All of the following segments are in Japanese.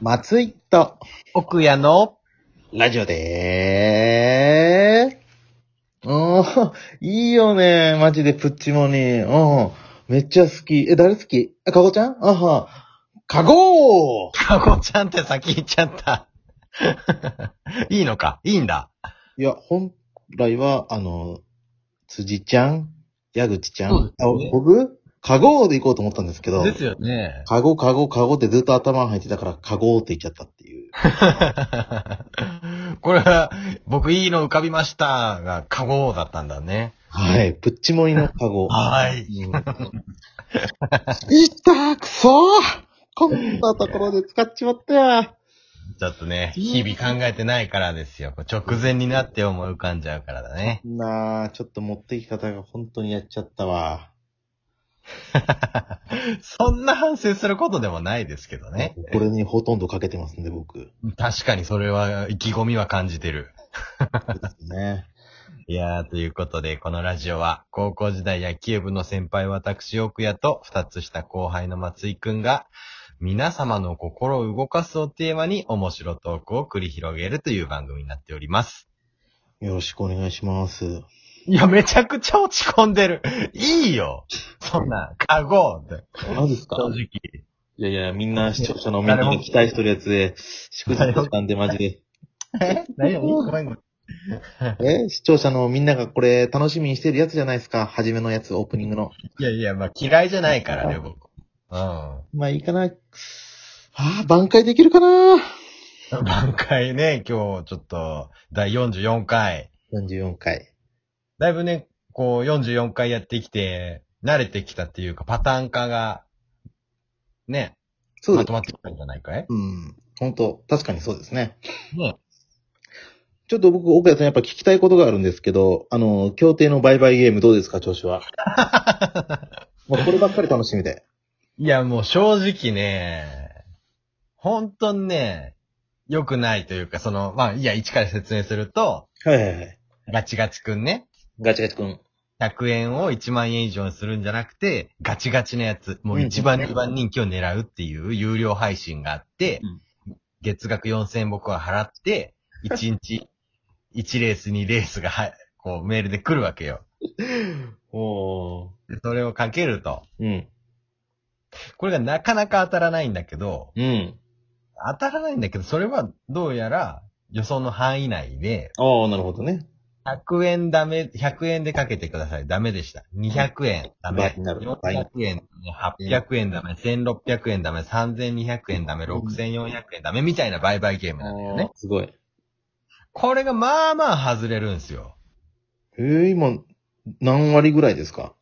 松井と奥屋の、ラジオでーおー、いいよねマジでプッチモニー。うん。めっちゃ好き。え、誰好きあ、かごちゃんあは。かごーかごちゃんって先言っちゃった。 いいのかいいんだ。いや、本来は、あの、辻ちゃん矢口ちゃん、そうですあね、僕かごーで行こうと思ったんですけど、ですよ ね。かごかごかごってずっと頭に入ってたから、かごーって言っちゃったっていう。これは、僕いいの浮かびましたが、カゴだったんだね。はい。プッチモニのかご。はいうん。いったくそーこんなところで使っちまったよ。ちょっとね、日々考えてないからですよ。直前になって思い浮かんじゃうからだね。なあ、ちょっと持ってき方が本当にやっちゃったわ。そんな反省することでもないですけどね。これにほとんどかけてますんで、僕。確かにそれは意気込みは感じてる。そうですね。いやー、ということで、このラジオは、高校時代野球部の先輩私奥也と、二つ下後輩の松井くんが、皆様の心を動かすをテーマに、面白トークを繰り広げるという番組になっております。よろしくお願いします。いや、めちゃくちゃ落ち込んでる。いいよそんな、カゴって、マジですか正直。いやいや、みんな視聴者のみんなに期待してるやつで、祝日だったんでマジ で。え何ごめんごめん。え視聴者のみんながこれ楽しみにしてるやつじゃないですか。初めのやつ、オープニングの。いやいや、まあ嫌いじゃないからね、僕。うん。まあいいかな。ああ、挽回できるかな。挽回ね、今日、ちょっと、第44回。 44回。だいぶね、こう、44回やってきて、慣れてきたっていうか、パターン化が、ね、そうでますと。まってきたんじゃないかいうん。本当確かにそうですね。ね。ちょっと僕、岡谷さんやっぱ聞きたいことがあるんですけど、あの、協定のバイバイゲームどうですか、調子 は。もうこればっかり楽しみで。いや、もう正直ね、本当にね、良くないというか、その、まあ、いや、一から説明すると、はいはいはい。ガチガチくんね、ガチガチくん。 100円を1万円以上にするんじゃなくて、ガチガチのやつ、もううん1番、2番人気を狙うっていう有料配信があってうん、月額4000僕は払って、1日、1レース、2レースがは、こうメールで来るわけよ。おー。でそれをかけると。うん。これがなかなか当たらないんだけど、うん。当たらないんだけど、それはどうやら予想の範囲内で、ああ、なるほどね。 100円ダメ、100円でかけてください。ダメでした。200円ダメ。倍になる倍400円ダメ、800円ダメ、1600円ダメ、3200円ダメ、6400円ダメ、みたいな売買ゲームなんだよね。すごい。えこれがまあまあ外れるんですよ。ー、今、何割ぐらいですか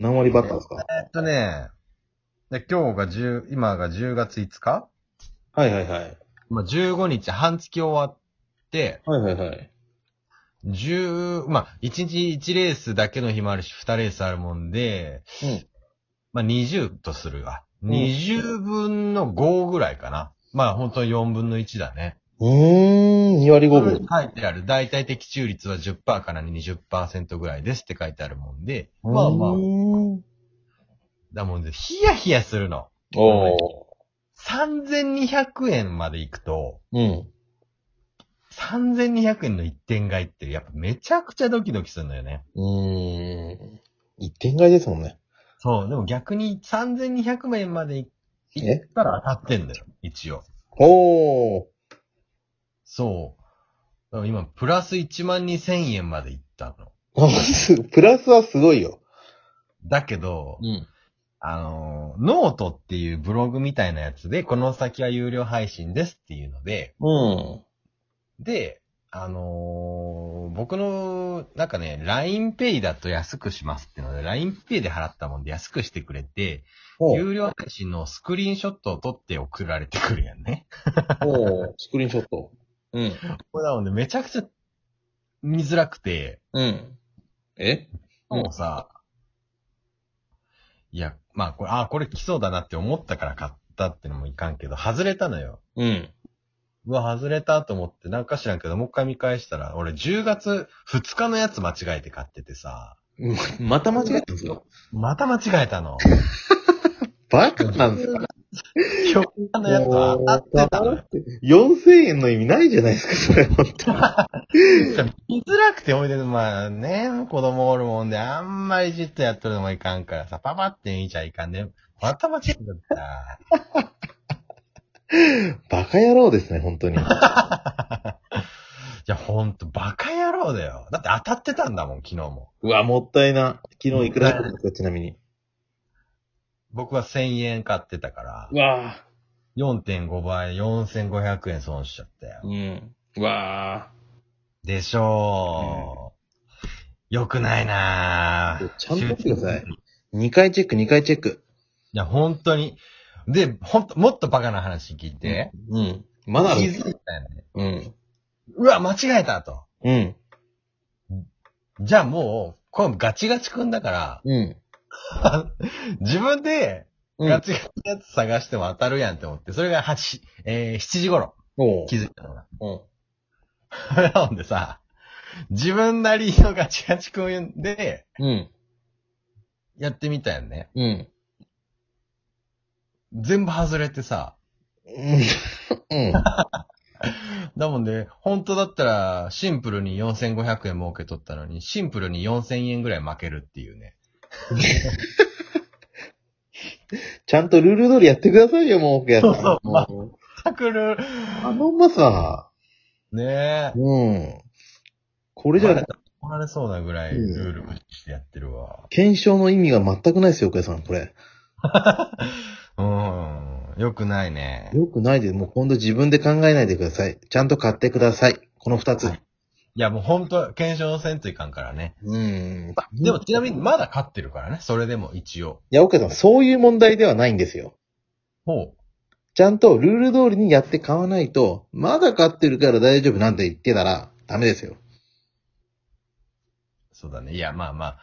何割バッターですかえっとね、で今日が10、今が10月5日はいはいはい。まあ15日、半月終わって、はいはいはい。 10、まあ1日1レースだけの日もあるし、2レースあるもんで、うん。まあ、20とするわ。ん20分の5ぐらいかな。まあ、本当に4分の1だね。うーん、2割5書分。いてある。大体的中率は10%から20%ぐらいですって書いてあるもんで。うーんまあまあ、だもんで、ヒヤヒヤするの。おー。 3200円まで行くと、うん。 3200円の一点買いって、やっぱめちゃくちゃドキドキするのよね。うーん。一点買いですもんね。そう、でも逆に3200円まで行ったら当たってんだよ、一応。おー。そう。だから今、プラス1万2000円までいったの。あす プラスはすごいよ。だけど、ん。あのー、ノートっていうブログみたいなやつで、この先は有料配信ですっていうので、うん。で、あのー僕の、なんかね、LINEPay だと安くしますっていうので、LINEPay で払ったもんで安くしてくれて、おう有料配信のスクリーンショットを撮って送られてくるやんね。おうスクリーンショット。うん。 これなので、めちゃくちゃ見づらくて、うん。えうんもうさ、いや、まあ、これ、あ、これ来そうだなって思ったから買ったってのもいかんけど、外れたのよ。うん。うわ、外れたと思って、なんか知らんけど、もう一回見返したら、俺10月2日のやつ間違えて買っててさ、また間違えたんですよ。また間違えたの。バカなんですか評価のやつは当たってたのよ。 4000円の意味ないじゃないですか、それ、本当に。見づらくて、おいで、まあね、子供おるもんで、あんまりじっとやっとるのもいかんからさ、パパって見ちゃいかんで、頭チェックだった。バカ野郎ですね、本当 に。いや、ほんと、バカ野郎だよ。だって当たってたんだもん、昨日も。うわ、もったいな。昨日いくらだったんですか、ちなみに。僕は1000円買ってたから、わあ。 4.5倍、4500円損しちゃったよ。うん。わでしょう。よくないなぁ。ちゃんとやってくださいあ。2回チェック、2回チェック。いや、本当に。で、ほんと、もっとバカな話聞いて。うん。まだあ気る。づいたよね。うん。うわ、間違えたと。うん。じゃあもう、これガチガチくんだから、うん。自分でうガん。チガチのやつ探しても当たるやんって思って、それが8、えー、7時頃おう気づいたのが。うん。なのでさ、自分なりのガチガチくんでうん。やってみたよね。うん。全部外れてさ、うん。だもんで、本当だったら、シンプルに4500円儲け取ったのに、シンプルに4000円ぐらい負けるっていうね。ちゃんとルール通りやってくださいよ、もう、奥屋さん。そうそうまもうタクル、あのまさ、ねえ。うん。これじゃ、怒られそうなぐらいルール無視してやってるわ。検証の意味が全くないですよ、奥屋さん、これ。うん。よくないね。よくないで、もう今度自分で考えないでください。ちゃんと買ってください。この二つ。はいいや、もう本当検証せんといかんからね。うん。でも、ちなみにまだ勝ってるからね。それでも一応。いや、岡さん、そういう問題ではないんですよ。ほう。ちゃんとルール通りにやって買わないと、まだ買ってるから大丈夫なんて言ってたら、ダメですよ。そうだね。いや、まあまあ。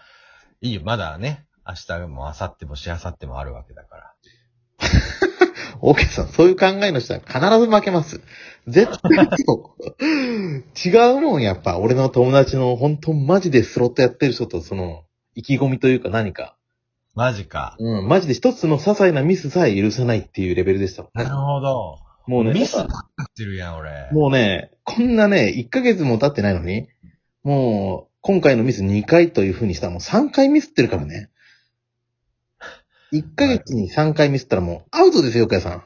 いいよ。まだね。明日も明後日もし明後日もあるわけだから。岡さん、そういう考えの人は必ず負けます。絶対そう。違うもん、やっぱ。俺の友達の、本当マジでスロットやってる人と、その、意気込みというか何か。マジか。うん、マジで一つの些細なミスさえ許さないっていうレベルでしたもんなるほど。もうね、ミスばっかってるやん、俺。もうね、こんなね、1ヶ月も経ってないのに、もう、今回のミス2回という風にしたらもう3回ミスってるからね。1ヶ月に3回ミスったらもうアウトですよ、岡谷さん。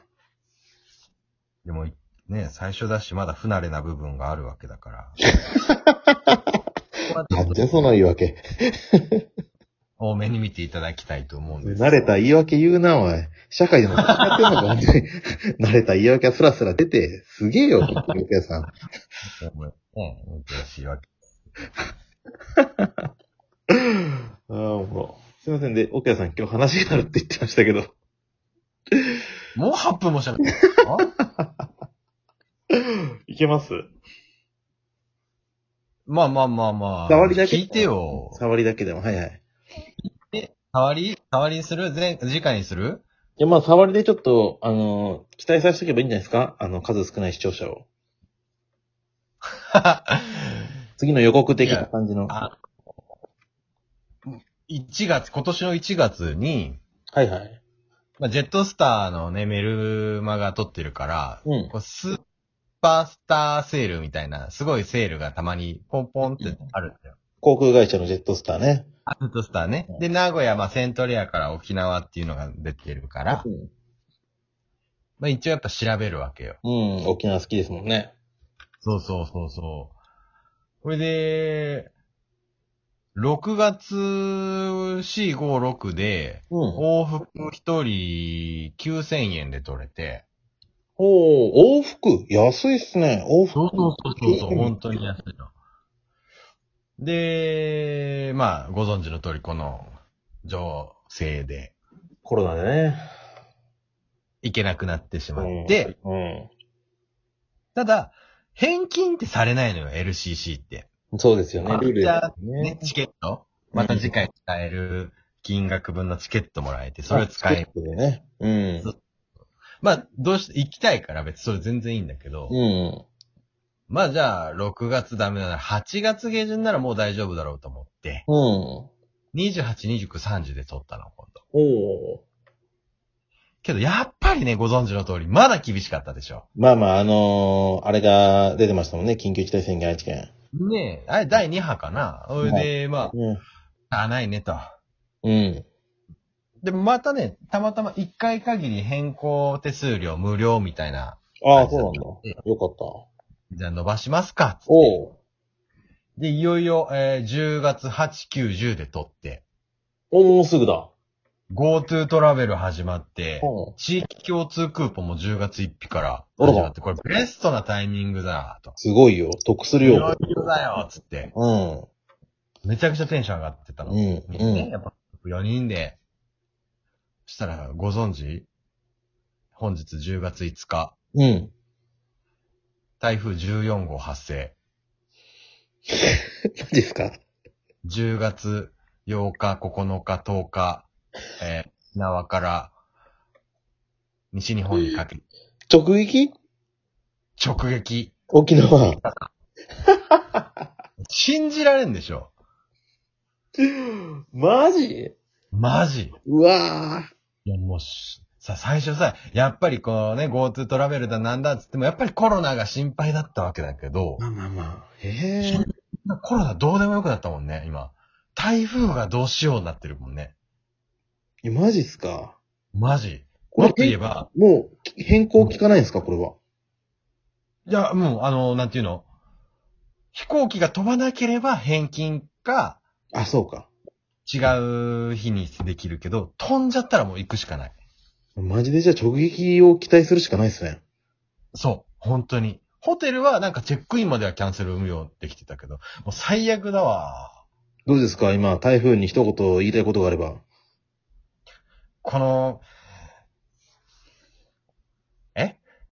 でも、ね、最初だし、まだ不慣れな部分があるわけだから。 なんじゃその言い訳。多めに見ていただきたいと思うんです。慣れた言い訳言うな、おい。社会でも戦ってん のか、本当に慣れた言い訳はスラスラ出て、すげえよ、岡谷さん。うん、うん、悔しいわけ。ああ、もう。すいません。で、岡谷さん今日話があるって言ってましたけど。もう8分も喋ってたの いけますまあまあまあまあ。触りだけ聞いてよ。触りだけでも、はいはい。触り触りにする前、次回にする いや、まあ、触りでちょっと、あのー期待させておけばいいんじゃないですかあの、数少ない視聴者を。次の予告的な感じの。はあ1月、今年の1月に、いはい。まあ、ジェットスターのね、メルマが撮ってるから、うん。こうスーパースターセールみたいな、すごいセールがたまにポンポンってあるんだよ。航空会社のジェットスターね。アウトスターね。で、名古屋、まあ、セントレアから沖縄っていうのが出てるから、うん。まあ、一応やっぱ調べるわけよ。うん、沖縄好きですもんね。そうそうそうそう。これで、6月4、5、6で、うん。お往復1人9000円で取れて、おー往復安いっすね。往復。そうそうそうそう、本当に安いの。で、まあ、ご存知の通り、この、情勢で、コロナでね。行けなくなってしまって、うん。ただ、返金ってされないのよ、LCC って。うん。そうですよねあ。ルールじゃやあね、チケットまた次回使える金額分のチケットもらえて、それを使える。チケットでね。うん。まあ、どうして、行きたいから別にそれ全然いいんだけど、うん。まあじゃあ、6月ダメなら、8月下旬ならもう大丈夫だろうと思って、うん。 28、29、30で取ったの、今度。おお。けど、やっぱりね、ご存知の通り、まだ厳しかったでしょ。まあまあ、あのーあれが出てましたもんね。緊急事態宣言愛知県。ねえ、あれ、第2波かな。それで、まうん。あ、あ、ないねと。うん。で、またね、たまたま1回限り変更手数料無料みたいな、ああ、感じそうだなんっただ。よかった。じゃあ伸ばしますかっつって。おう。で、いよいよ、えー10月8、9、10で取って、お、もうすぐだ。 GoTo トラベル始まって、うん地域共通クーポンも10月1日からあら始まって、これベストなタイミングだと。すごいよ。得するいよいよ。よだよつって、うん。めちゃくちゃテンション上がってたの。うん。ね、うやっぱ4人で、そしたらご存知本日10月5日、ん。うん。台風14号発生。何ですか10月8日、9日、10日、えー、沖縄から西日本にかけ、直撃直撃。沖縄。信じられんでしょマジマジ。うわぁ。いや、もうし、さ、最初さ、やっぱりこうね、GoTo トラベルだなんだっつっても、やっぱりコロナが心配だったわけだけど、まあまあまあ。へえ。コロナどうでもよくなったもんね、今。台風がどうしようになってるもんね。え、マジっすかマジ。こもれっと言えば、もう、き変更効かないんですかこれは。いや、もう、あの、なんていうの飛行機が飛ばなければ返金か、あ、そうか。違う日にできるけど、飛んじゃったらもう行くしかない。マジでじゃあ直撃を期待するしかないですね。そう、本当に。ホテルはなんかチェックインまではキャンセル無料できてたけど、もう最悪だわ。どうですか今、台風に一言言いたいことがあれば。この、